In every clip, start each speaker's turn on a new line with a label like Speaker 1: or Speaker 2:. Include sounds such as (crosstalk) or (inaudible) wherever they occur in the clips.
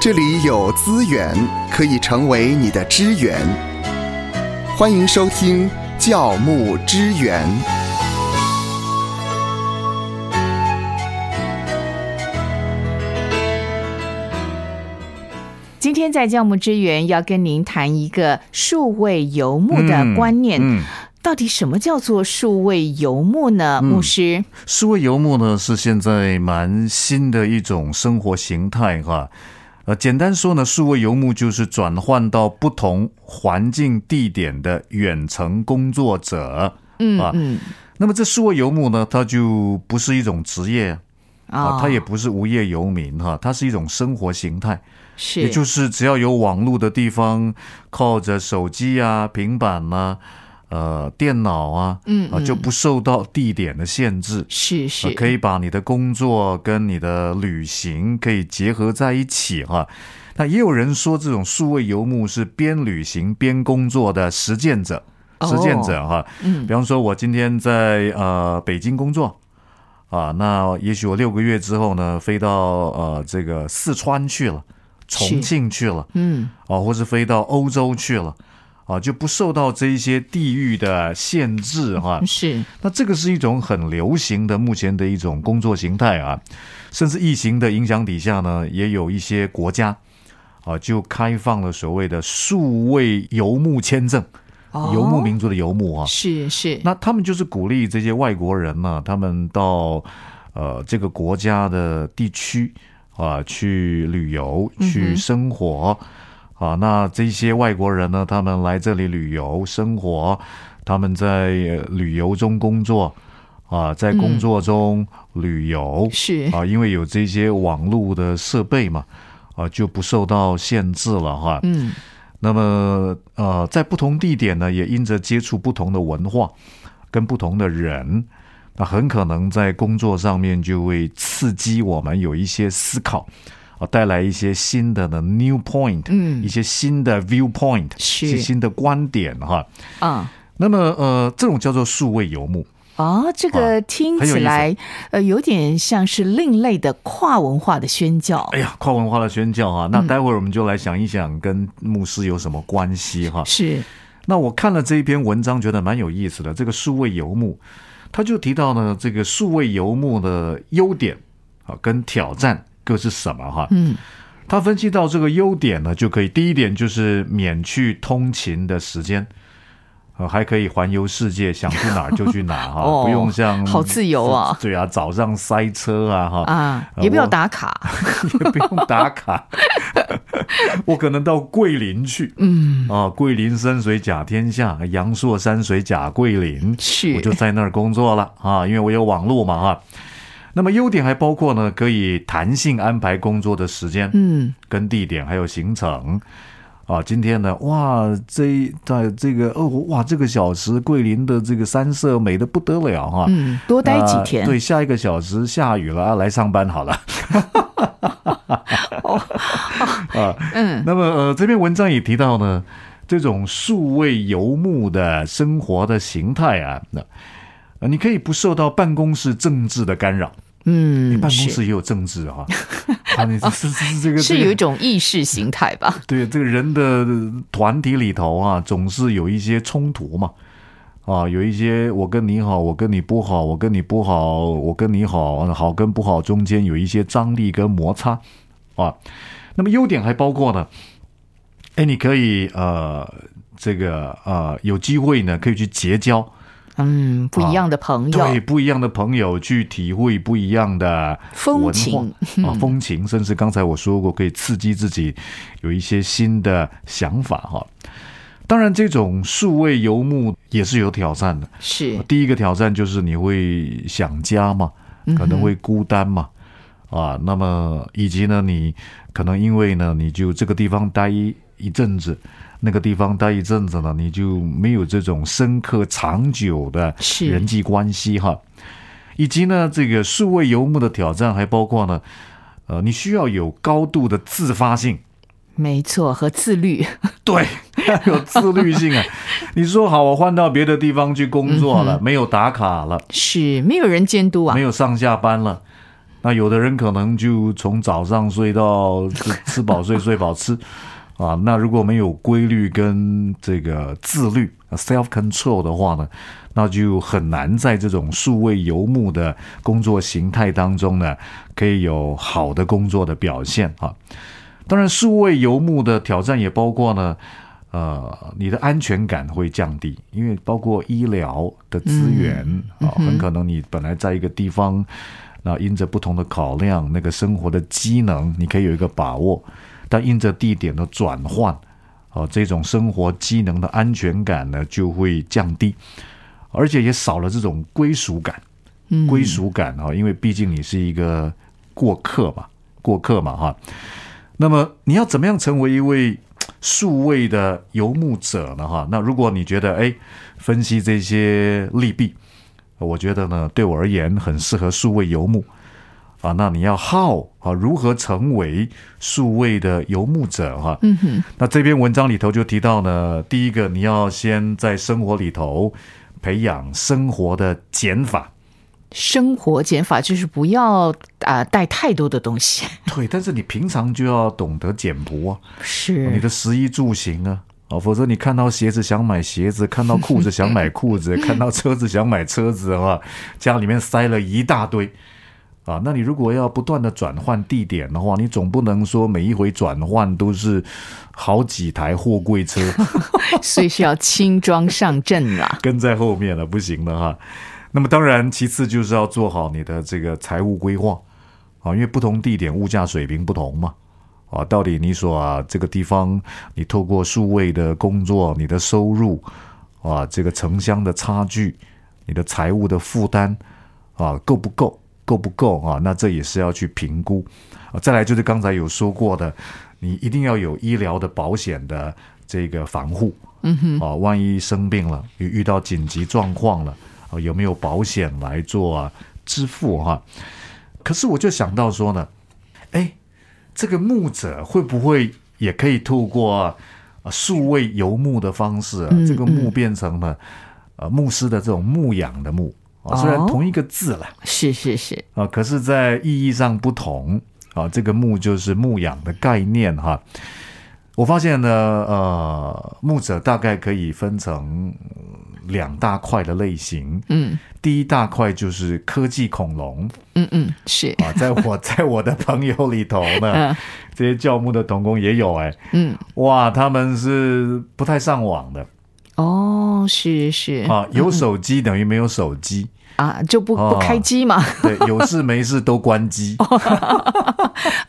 Speaker 1: 这里有资源可以成为你的支援。欢迎收听教牧支援。
Speaker 2: 今天在教牧支援要跟您谈一个数位游牧的观念。
Speaker 3: 嗯嗯
Speaker 2: 到底什么叫做数位游牧呢？牧师，
Speaker 3: 数位游牧呢是现在蛮新的一种生活形态哈。呃，简单说呢，数位游牧就是转换到不同环境地点的远程工作者。
Speaker 2: 嗯
Speaker 3: 啊
Speaker 2: 嗯
Speaker 3: 那么这数位游牧呢，它就不是一种职业
Speaker 2: 哦
Speaker 3: 啊，它也不是无业游民哈，它是一种生活形态，
Speaker 2: 是，
Speaker 3: 也就是只要有网络的地方，靠着手机啊、平板啊、呃电脑啊，
Speaker 2: 嗯
Speaker 3: 啊就不受到地点的限制。
Speaker 2: 是是、
Speaker 3: 呃可以把你的工作跟你的旅行可以结合在一起哈。那也有人说，这种数位游牧是边旅行边工作的实践者，
Speaker 2: 哦
Speaker 3: 实践者哈。
Speaker 2: 嗯
Speaker 3: 比方说，我今天在呃北京工作啊，那也许我六个月之后呢，飞到呃这个四川去了，重庆去了
Speaker 2: 嗯
Speaker 3: 啊，或是飞到欧洲去了啊，就不受到这一些地域的限制哈。
Speaker 2: 是
Speaker 3: 那这个是一种很流行的目前的一种工作形态啊，甚至疫情的影响底下呢，也有一些国家啊就开放了所谓的数位游牧签证，
Speaker 2: 哦
Speaker 3: 游牧民族的游牧啊，
Speaker 2: 是是
Speaker 3: 那他们就是鼓励这些外国人呢、他们到呃这个国家的地区啊、去旅游、去生活、啊。那这些外国人呢，他们来这里旅游、生活，他们在呃旅游中工作啊，在工作中旅游、
Speaker 2: 是
Speaker 3: 啊，因为有这些网络的设备嘛，啊，就不受到限制了哈。
Speaker 2: 嗯
Speaker 3: 那么呃，在不同地点呢，也因着接触不同的文化跟不同的人，那很可能在工作上面就会刺激我们有一些思考。啊，带来一些新的的 new point，
Speaker 2: 嗯
Speaker 3: 一些新的 viewpoint，
Speaker 2: 是
Speaker 3: 一些新的观点哈。
Speaker 2: 啊。
Speaker 3: 那么，呃，这种叫做数位游牧，
Speaker 2: 哦，这个
Speaker 3: 啊
Speaker 2: 听
Speaker 3: 很有
Speaker 2: 起
Speaker 3: 意思
Speaker 2: 来，呃，有点像是另类的跨文化的宣教
Speaker 3: 哎，呀，跨文化的宣教啊。
Speaker 2: 嗯
Speaker 3: 那待会儿我们就来想一想，跟牧师有什么关系哈？
Speaker 2: 是
Speaker 3: 那我看了这一篇文章，觉得蛮有意思的。这个数位游牧，他就提到呢，这个数位游牧的优点啊跟挑战各是什么哈？
Speaker 2: 嗯，
Speaker 3: 他分析到这个优点呢，就可以第一点就是免去通勤的时间。啊，还可以环游世界，想去哪儿就去哪儿哈，
Speaker 2: (laughs) 哦
Speaker 3: 不用像
Speaker 2: 好自由啊
Speaker 3: (laughs) 对啊，早上塞车啊哈，
Speaker 2: 啊，
Speaker 3: 呃
Speaker 2: 也不要
Speaker 3: 我
Speaker 2: 打卡，
Speaker 3: 也 (laughs) 不用打卡。 (laughs) 我可能到桂林去，
Speaker 2: 嗯，
Speaker 3: 啊，桂林山水甲天下，阳朔山水甲桂林，
Speaker 2: 是
Speaker 3: 我就在那儿工作了啊，因为我有网络嘛啊。那么优点还包括呢，可以弹性安排工作的时间、
Speaker 2: 嗯
Speaker 3: 跟地点，还有行程。啊，今天呢，哇，这一在这个哦，哇，这个小时桂林的这个山色美得不得了哈、
Speaker 2: 嗯，多待几天
Speaker 3: 啊，对，下一个小时下雨了啊，来上班好了。啊，
Speaker 2: 嗯
Speaker 3: 那么呃，这篇文章也提到呢，这种数位游牧的生活的形态啊，那、呃、你可以不受到办公室政治的干扰，哎
Speaker 2: 嗯，
Speaker 3: 办公
Speaker 2: 是
Speaker 3: 室也有政治
Speaker 2: (laughs)
Speaker 3: 哈、啊，你这是是是这个
Speaker 2: 是
Speaker 3: 这
Speaker 2: 有
Speaker 3: 个
Speaker 2: 一种意识形态吧？
Speaker 3: 对这个人的团体里头啊，总是有一些冲突嘛。啊，有一些我跟你好，我跟你不好，我跟你不好，我跟你好，好跟不好中间有一些张力跟摩擦啊。那么优点还包括呢，哎，你可以呃，这个呃，有机会呢可以去结交
Speaker 2: 嗯，不一样的朋友，
Speaker 3: 啊对不一样的朋友，去体会不一样的
Speaker 2: 风情
Speaker 3: 文
Speaker 2: (laughs)
Speaker 3: 化啊，风情，甚至刚才我说过，可以刺激自己有一些新的想法哈。当然，这种数位游牧也是有挑战的。
Speaker 2: 是
Speaker 3: 第一个挑战就是你会想家嘛，
Speaker 2: 嗯
Speaker 3: 可能会孤单嘛，啊，那么以及呢，你可能因为呢，你就这个地方待一一阵子，那个地方待一阵子呢，你就没有这种深刻长久的
Speaker 2: 是
Speaker 3: 人际关系哈，以及呢，这个数位游牧的挑战还包括呢，呃，你需要有高度的自发性。
Speaker 2: 没错，和自律，
Speaker 3: 对，要 (laughs) 有自律性啊！你说好，我换到别的地方去工作了，没有打卡了，
Speaker 2: 是没有人监督啊
Speaker 3: 没，有上下班了，那有的人可能就从早上睡到吃 (laughs) 吃饱睡，睡饱吃，啊，那如果没有规律跟这个自律 （self control） 的话呢，那就很难在这种数位游牧的工作形态当中呢，可以有好的工作的表现啊。当然，数位游牧的挑战也包括呢，呃，你的安全感会降低，因为包括医疗的资源啊、很可能你本来在一个地方，那因着不同的考量，那个生活的机能你可以有一个把握，但因着地点的转换，啊、这种生活机能的安全感呢就会降低，而且也少了这种归属感。归属感啊哈，因为毕竟你是一个过客嘛，过客嘛哈。那么你要怎么样成为一位数位的游牧者呢？哈，那如果你觉得哎，分析这些利弊，我觉得呢，对我而言很适合数位游牧啊。那你要 how 啊，如何成为数位的游牧者？哈，嗯哼。那这篇文章里头就提到呢，第一个你要先在生活里头培养生活的减法。
Speaker 2: 生活减法就是不要啊、呃带太多的东西， (laughs)
Speaker 3: 对，但是你平常就要懂得简朴啊。你
Speaker 2: 是
Speaker 3: 的食衣住行啊，啊，否则你看到鞋子想买鞋子，看到裤子想买裤子，看到车子想买车子的话，家里面塞了一大堆。啊，那你如果要不断的转换地点的话，你总不能说每一回转换都是好几台货柜车
Speaker 2: 所以是要轻装上阵啦。
Speaker 3: (laughs) 跟在后面了，不行的哈。那么当然，其次就是要做好你的这个财务规划啊，因为不同地点物价水平不同嘛。啊，到底你所、啊、这个地方，你透过数位的工作，你的收入啊，这个城乡的差距，你的财务的负担啊，够不够？够不够啊？那这也是要去评估。啊，再来就是刚才有说过的，你一定要有医疗的保险的这个防护。嗯哼，啊，万一生病了，遇遇到紧急状况了，啊，有没有保险来做啊支付哈、可是我就想到说呢，哎，这个牧者会不会也可以透过、啊、呃数位游牧的方式、啊，这个牧变成了呃牧师的这种牧养的牧啊，虽然
Speaker 2: 哦
Speaker 3: 同一个字了。
Speaker 2: 是是是，
Speaker 3: 啊，可是，在意义上不同啊。这个牧就是牧养的概念哈。我发现呢，呃，牧者大概可以分成两大块的类型。
Speaker 2: 嗯
Speaker 3: 第一大块就是科技恐龙
Speaker 2: 嗯嗯，是，
Speaker 3: 啊，在我 (laughs) 在我的朋友里头呢
Speaker 2: 嗯，
Speaker 3: 这些教牧的童工也有哎、
Speaker 2: 嗯，
Speaker 3: 哇，他们是不太上网的
Speaker 2: 哦，是是
Speaker 3: 啊，有手机等于没有手机，
Speaker 2: 啊，就不不开机嘛。
Speaker 3: 对，有事没事都关机。
Speaker 2: 哦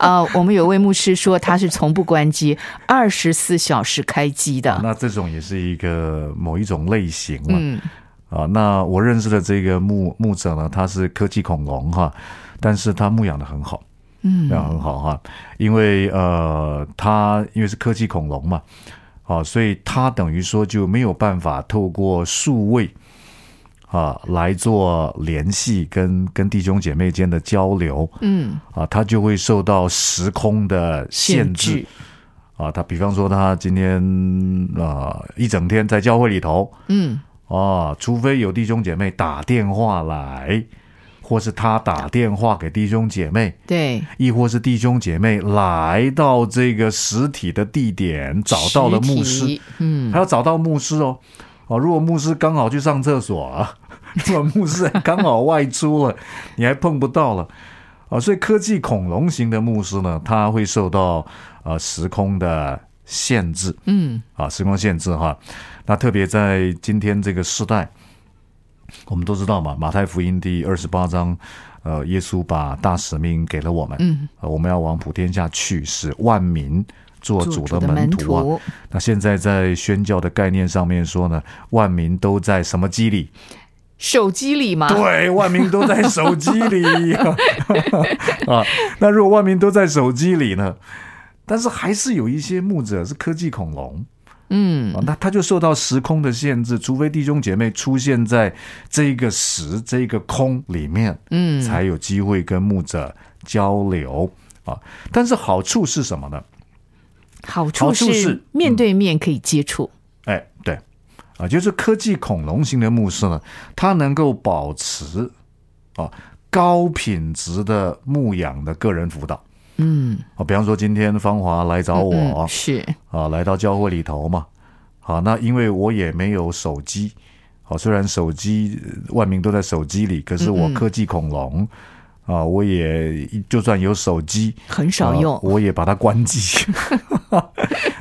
Speaker 2: (laughs) 啊，我们有位牧师说他是从不关机，二十四小时开机的。
Speaker 3: 那这种也是一个某一种类型嘛。
Speaker 2: 嗯，
Speaker 3: 啊，那我认识的这个牧牧者呢，他是科技恐龙哈，但是他牧养的很好，嗯，牧养得很好哈，因为呃，他因为是科技恐龙嘛，啊，所以他等于说就没有办法透过数位啊来做联系跟跟弟兄姐妹间的交流，
Speaker 2: 嗯，
Speaker 3: 啊，他就会受到时空的限制，
Speaker 2: 限制
Speaker 3: 啊，他比方说他今天啊、一整天在教会里头，
Speaker 2: 嗯，
Speaker 3: 啊，除非有弟兄姐妹打电话来，或是他打电话给弟兄姐妹，
Speaker 2: 对，
Speaker 3: 亦或是弟兄姐妹来到这个实体的地点，找到了牧
Speaker 2: 实
Speaker 3: 师
Speaker 2: 体，，嗯，
Speaker 3: 还要找到牧师哦。哦，如果牧师刚好去上厕所啊， (laughs) 如果牧师刚好外出了，你还碰不到了。啊，所以科技恐龙型的牧师呢，他会受到呃时空的限制，
Speaker 2: 嗯，
Speaker 3: 啊，时空限制哈。那特别在今天这个时代，我们都知道嘛，《马太福音》第二十八章，呃，耶稣把大使命给了我们，嗯、我们要往普天下去，使万民做
Speaker 2: 做
Speaker 3: 主
Speaker 2: 主
Speaker 3: 的
Speaker 2: 的
Speaker 3: 门
Speaker 2: 门
Speaker 3: 徒啊。
Speaker 2: 徒
Speaker 3: 那现在在宣教的概念上面说呢，万民都在什么机里？
Speaker 2: 手机里嘛，
Speaker 3: 对，万民都在手机里 (laughs) 啊。那如果万民都在手机里呢？但是还是有一些牧者是科技恐龙，
Speaker 2: 嗯，
Speaker 3: 啊，那他就受到时空的限制，除非弟兄姐妹出现在这一个时、这一个空里面，
Speaker 2: 嗯
Speaker 3: 才有机会跟牧者交流啊。但是好处是什么呢？
Speaker 2: 好
Speaker 3: 好
Speaker 2: 处
Speaker 3: 处是嗯
Speaker 2: 是面对面可以接触，
Speaker 3: 哎，对，啊，就是科技恐龙型的牧师呢，它能够保持啊高品质的牧养的个人辅导。
Speaker 2: 嗯，
Speaker 3: 啊，比方说今天芳华来找我、
Speaker 2: 嗯是
Speaker 3: 啊，来到教会里头嘛，好，那因为我也没有手机，好，虽然手机呃万民都在手机里，可是
Speaker 2: 嗯
Speaker 3: 我科技恐龙啊，我也就算有手机，
Speaker 2: 很少
Speaker 3: 啊
Speaker 2: 用，
Speaker 3: 我也把它关机。 (laughs)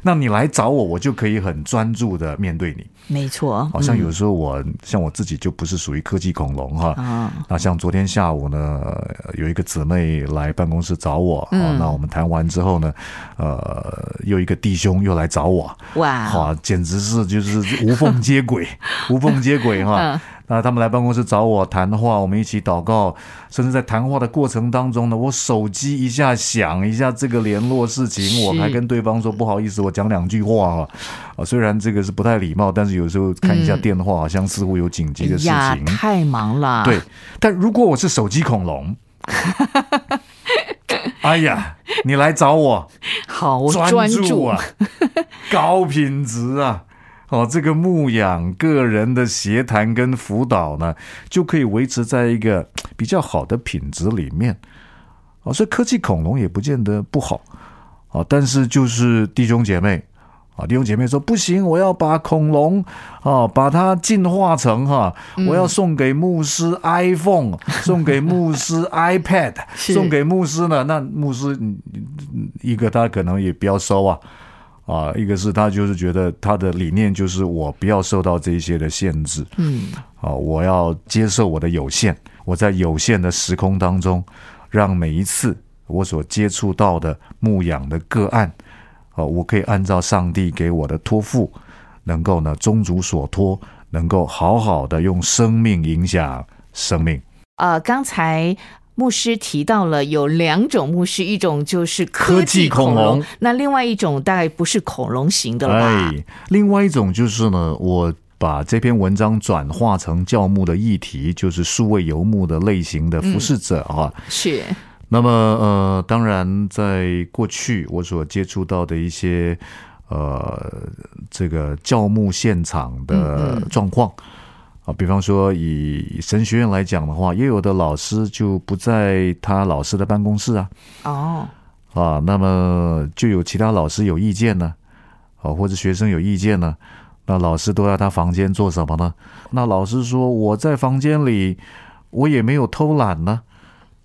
Speaker 3: 那你来找我，我就可以很专注的面对你。
Speaker 2: 没错，
Speaker 3: 好像
Speaker 2: 嗯
Speaker 3: 有时候我、像我自己就不是属于科技恐龙哈，
Speaker 2: 啊，
Speaker 3: 那像昨天下午呢，呃有一个姊妹来办公室找我，
Speaker 2: 嗯
Speaker 3: 啊，那我们谈完之后呢，呃，又一个弟兄又来找我，
Speaker 2: 哇，
Speaker 3: 哇，啊简直是就是无缝
Speaker 2: (laughs)
Speaker 3: 接轨，无缝接轨哈
Speaker 2: 嗯。
Speaker 3: 那他们来办公室找我谈话，我们一起祷告，甚至在谈话的过程当中呢，我手机一下响一下这个联络事情，
Speaker 2: 是
Speaker 3: 我还跟对方说不好意思，我讲两句话哈。啊，虽然这个是不太礼貌，但是有时候看一下电话，好像似乎有紧急的事
Speaker 2: 呀，
Speaker 3: 情。
Speaker 2: 太忙了，
Speaker 3: 对，，但如果我是手机
Speaker 2: (laughs)
Speaker 3: 恐龙，哎呀，你来找我，
Speaker 2: 好，我
Speaker 3: 专
Speaker 2: 专注
Speaker 3: 啊，高品质啊。哦，这个牧养个人的协谈跟辅导呢，就可以维持在一个比较好的品质里面。哦，所以科技恐龙也不见得不好。哦，但是就是弟兄姐妹啊，弟兄姐妹说不行，我要把恐龙啊，把它进化成哈、我要送给牧师 iPhone，送给牧师 iPad，
Speaker 2: 是
Speaker 3: 送给牧师呢，那牧师嗯嗯一个他可能也不要收啊。啊，一个是他就是觉得他的理念就是我不要受到这一些的限制，
Speaker 2: 嗯，
Speaker 3: 啊，我要接受我的有限，我在有限的时空当中，让每一次我所接触到的牧养的个案，啊，我可以按照上帝给我的托付，能够呢宗主所托，能够好好的用生命影响生命。
Speaker 2: 呃，刚才。牧师提到了有两种牧师，一种就是
Speaker 3: 科
Speaker 2: 科
Speaker 3: 技
Speaker 2: 技
Speaker 3: 恐
Speaker 2: 恐
Speaker 3: 龙
Speaker 2: 龙，那另外一种大概不是恐龙型的了吧？
Speaker 3: 哎，另外一种就是呢，我把这篇文章转化成教牧的议题，就是数位游牧的类型的服侍者啊。
Speaker 2: 是，
Speaker 3: 那么呃，当然，在过去我所接触到的一些呃这个教牧现场的状况。啊，比方说以神学院来讲的话，也有的老师就不在他老师的办公室啊，
Speaker 2: 哦，
Speaker 3: 啊，那么就有其他老师有意见呢，啊，或者学生有意见呢，那老师都在他房间做什么呢？那老师说我在房间里，我也没有偷懒呢。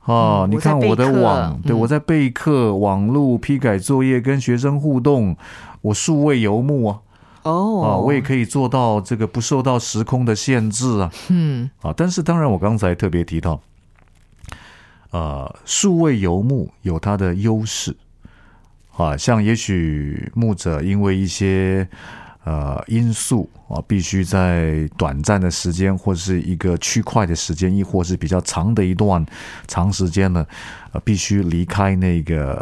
Speaker 3: 啊，
Speaker 2: 嗯
Speaker 3: 你
Speaker 2: 我在
Speaker 3: 看我的
Speaker 2: 备课
Speaker 3: 网，对
Speaker 2: 嗯
Speaker 3: 我在备课、网络批改作业、跟学生互动，我数位游牧啊，啊，
Speaker 2: 哦，
Speaker 3: 我也可以做到这个不受到时空的限制啊。
Speaker 2: 嗯，
Speaker 3: 啊，但是当然，我刚才特别提到，呃，数位游牧有它的优势啊，像也许牧者因为一些呃因素啊，必须在短暂的时间或是一个区块的时间，亦或是比较长的一段长时间呢，呃，必须离开那个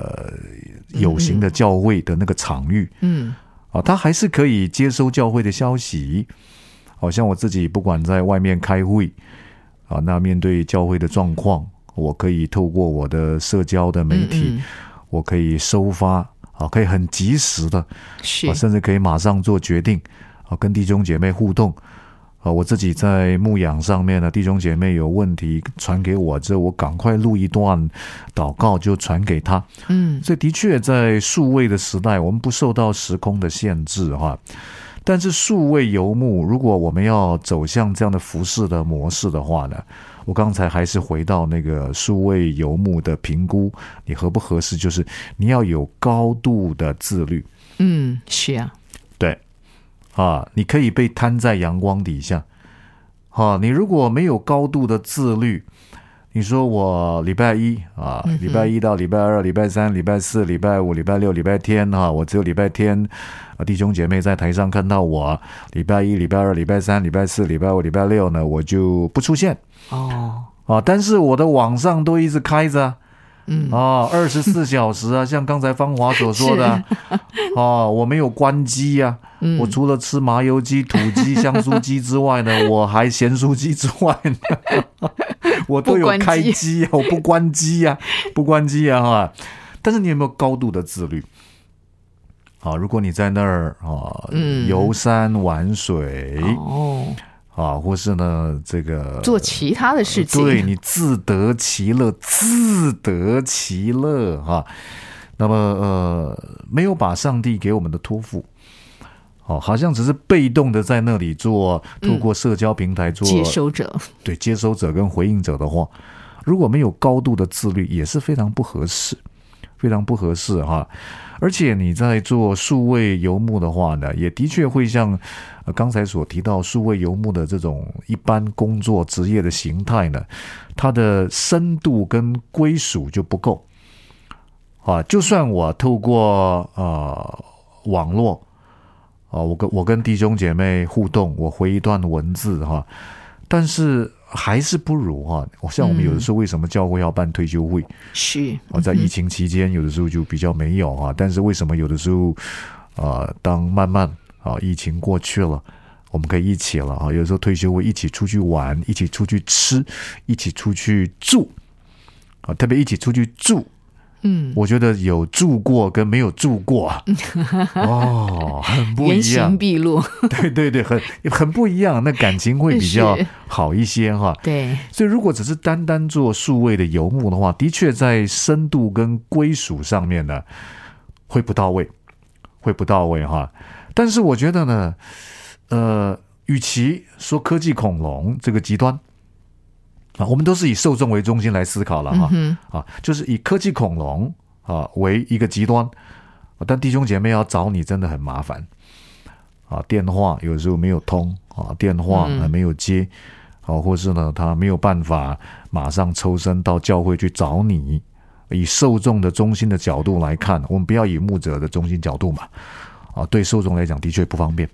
Speaker 3: 呃有形的教会的那个场域。
Speaker 2: 嗯，
Speaker 3: 啊，他还是可以接收教会的消息。好像我自己不管在外面开会啊，那面对教会的状况，我可以透过我的社交的媒体，
Speaker 2: 嗯
Speaker 3: 我可以收发啊，可以很及时的
Speaker 2: 嗯是
Speaker 3: 啊，，甚至可以马上做决定啊，跟弟兄姐妹互动啊。我自己在牧养上面呢，弟兄姐妹有问题传给我，这我赶快录一段祷告就传给他。
Speaker 2: 嗯，
Speaker 3: 所以的确，在数位的时代，我们不受到时空的限制哈。但是数位游牧，如果我们要走向这样的服饰的模式的话呢，我刚才还是回到那个数位游牧的评估，你合不合适，就是你要有高度的自律，
Speaker 2: 嗯，是啊，
Speaker 3: 对，啊，你可以被摊在阳光底下，啊，你如果没有高度的自律，你说我礼拜一啊，礼拜一到礼拜二、礼拜三、礼拜四、礼拜五、礼拜六、礼拜天啊，我只有礼拜天，啊，弟兄姐妹在台上看到我，礼拜一、礼拜二、礼拜三、礼拜四、礼拜五、礼拜六呢，我就不出现
Speaker 2: 哦，
Speaker 3: 啊，但是我的网上都一直开着啊。
Speaker 2: 嗯，
Speaker 3: 啊，二十四小时啊，像刚才芳华所说的啊，啊我没有关机呀、啊，
Speaker 2: 嗯
Speaker 3: 我除了吃麻油鸡、土鸡、香酥鸡之外
Speaker 2: (laughs)
Speaker 3: 呢，我还咸酥鸡之外呢，我都有开机啊，我不关机呀、不关机呀、啊、哈。但是你有没有高度的自律？啊，如果你在那儿啊
Speaker 2: 嗯
Speaker 3: 游山玩水、
Speaker 2: 哦，
Speaker 3: 啊，或是呢这个
Speaker 2: 做其他的事情，
Speaker 3: 呃对你自得其乐，自得其乐哈、那么呃，没有把上帝给我们的托付，哦，好像只是被动的在那里做，透过社交平台做、
Speaker 2: 接收者，
Speaker 3: 对接收者跟回应者的话，如果没有高度的自律，也是非常不合适，非常不合适哈。而且你在做数位游牧的话呢，也的确会像呃刚才所提到数位游牧的这种一般工作职业的形态呢，它的深度跟归属就不够啊。就算我透过呃网络啊，我跟我跟弟兄姐妹互动，我回一段文字哈、但是还是不如哈、我像我们有的时候为什么教会要办退休会？
Speaker 2: 是
Speaker 3: 啊，在疫情期间，有的时候就比较没有啊。但是为什么有的时候，啊，当慢慢啊疫情过去了，我们可以一起了啊。有时候退休会一起出去玩，一起出去吃，一起出去住，啊，特别一起出去住。
Speaker 2: 嗯，
Speaker 3: 我觉得有住过跟没有住过，
Speaker 2: (laughs)
Speaker 3: 哦，很不
Speaker 2: 原
Speaker 3: 一样啊
Speaker 2: 形。毕露，
Speaker 3: 对对对，很很不一样，那感情会比较
Speaker 2: 是
Speaker 3: 好一些哈。
Speaker 2: 对，
Speaker 3: 所以，如果只是单单做数位的游牧的话，的确在深度跟归属上面呢，会不到位，会不到位哈。但是我觉得呢，呃，与其说科技恐龙这个极端啊，我们都是以受众为中心来思考了哈、
Speaker 2: 嗯
Speaker 3: 啊，就是以科技恐龙啊为一个极端，啊但弟兄姐妹要找你真的很麻烦啊，电话有时候没有通啊，电话
Speaker 2: 嗯
Speaker 3: 还没有接。啊，或是呢，他没有办法马上抽身到教会去找你。以受众的中心的角度来看，我们不要以牧者的中心角度嘛，啊，对受众来讲的确不方便。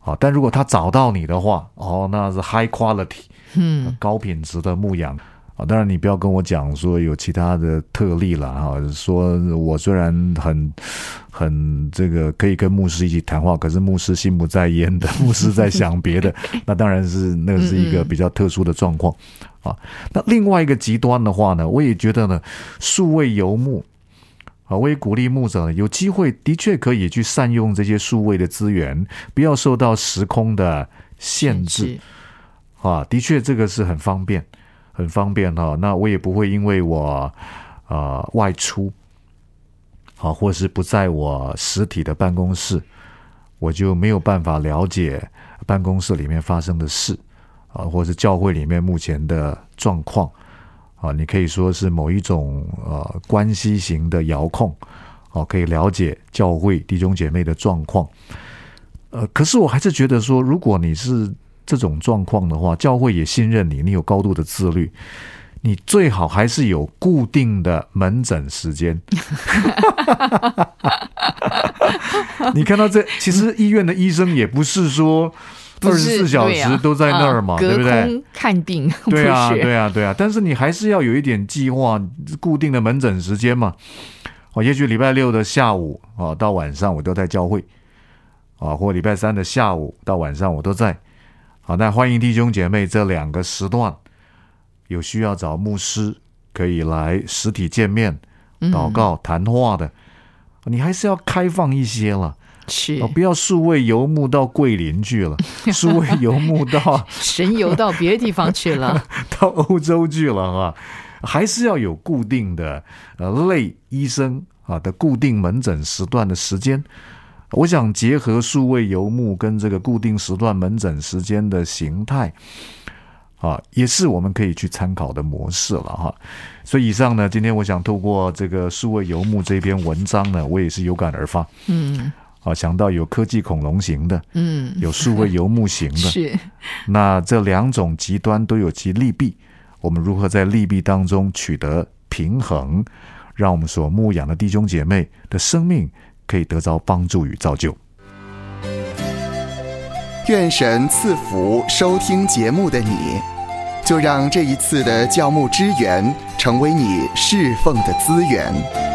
Speaker 3: 啊，但如果他找到你的话，哦，那是 high quality，
Speaker 2: 嗯，
Speaker 3: 高品质的牧羊。啊，当然你不要跟我讲说有其他的特例了哈、说我虽然很很这个可以跟牧师一起谈话，可是牧师心不在焉的，牧师在想别的，那当然是那是一个比较特殊的状况啊。那另外一个极端的话呢，我也觉得呢，数位游牧啊，我也鼓励牧者呢有机会的确可以去善用这些数位的资源，不要受到时空的限制。啊，的确这个是很方便，很方便哈、那我也不会因为我啊、呃外出，啊，或是不在我实体的办公室，我就没有办法了解办公室里面发生的事啊，或是教会里面目前的状况啊，你可以说是某一种呃关系型的遥控，哦、可以了解教会弟兄姐妹的状况。呃，可是我还是觉得说，如果你是这种状况的话，教会也信任你，你有高度的自律，你最好还是有固定的门诊时间。 (laughs) 你看到这，其实医院的医生也不是说二
Speaker 2: 不
Speaker 3: 十
Speaker 2: 是
Speaker 3: 四小
Speaker 2: 对啊
Speaker 3: 时都在那儿嘛，
Speaker 2: 啊
Speaker 3: 对不对？
Speaker 2: 隔空看病，
Speaker 3: 对啊，
Speaker 2: (laughs) 不是
Speaker 3: 对啊，对啊，但是你还是要有一点计划，固定的门诊时间嘛。哦，也许礼拜六的下午啊、到晚上我都在教会，啊、或礼拜三的下午到晚上我都在。好，那欢迎弟兄姐妹这两个时段有需要找牧师，可以来实体见面、
Speaker 2: 嗯
Speaker 3: 祷告、谈话的，哦你还是要开放一些了，
Speaker 2: 嗯是
Speaker 3: 哦，不要数位游牧到桂林去
Speaker 2: (laughs)
Speaker 3: 了，数位游牧到
Speaker 2: 神游到别的地方去了，
Speaker 3: 到欧洲去了啊，还是要有固定的呃类医生啊的固定门诊时段的时间。我想结合数位游牧跟这个固定时段门诊时间的形态，啊，也是我们可以去参考的模式了哈。所以以上呢，今天我想透过这个数位游牧这篇文章呢，我也是有感而发
Speaker 2: (laughs) 嗯
Speaker 3: 啊，想到有科技恐龙型的，
Speaker 2: 嗯，
Speaker 3: 有数位游牧型的，
Speaker 2: 是
Speaker 3: 那这两种极端都有其利弊，我们如何在利弊当中取得平衡，让我们所牧养的弟兄姐妹的生命可以得着帮助与造就？
Speaker 1: 愿神赐福收听节目的你，就让这一次的教牧支援成为你侍奉的资源。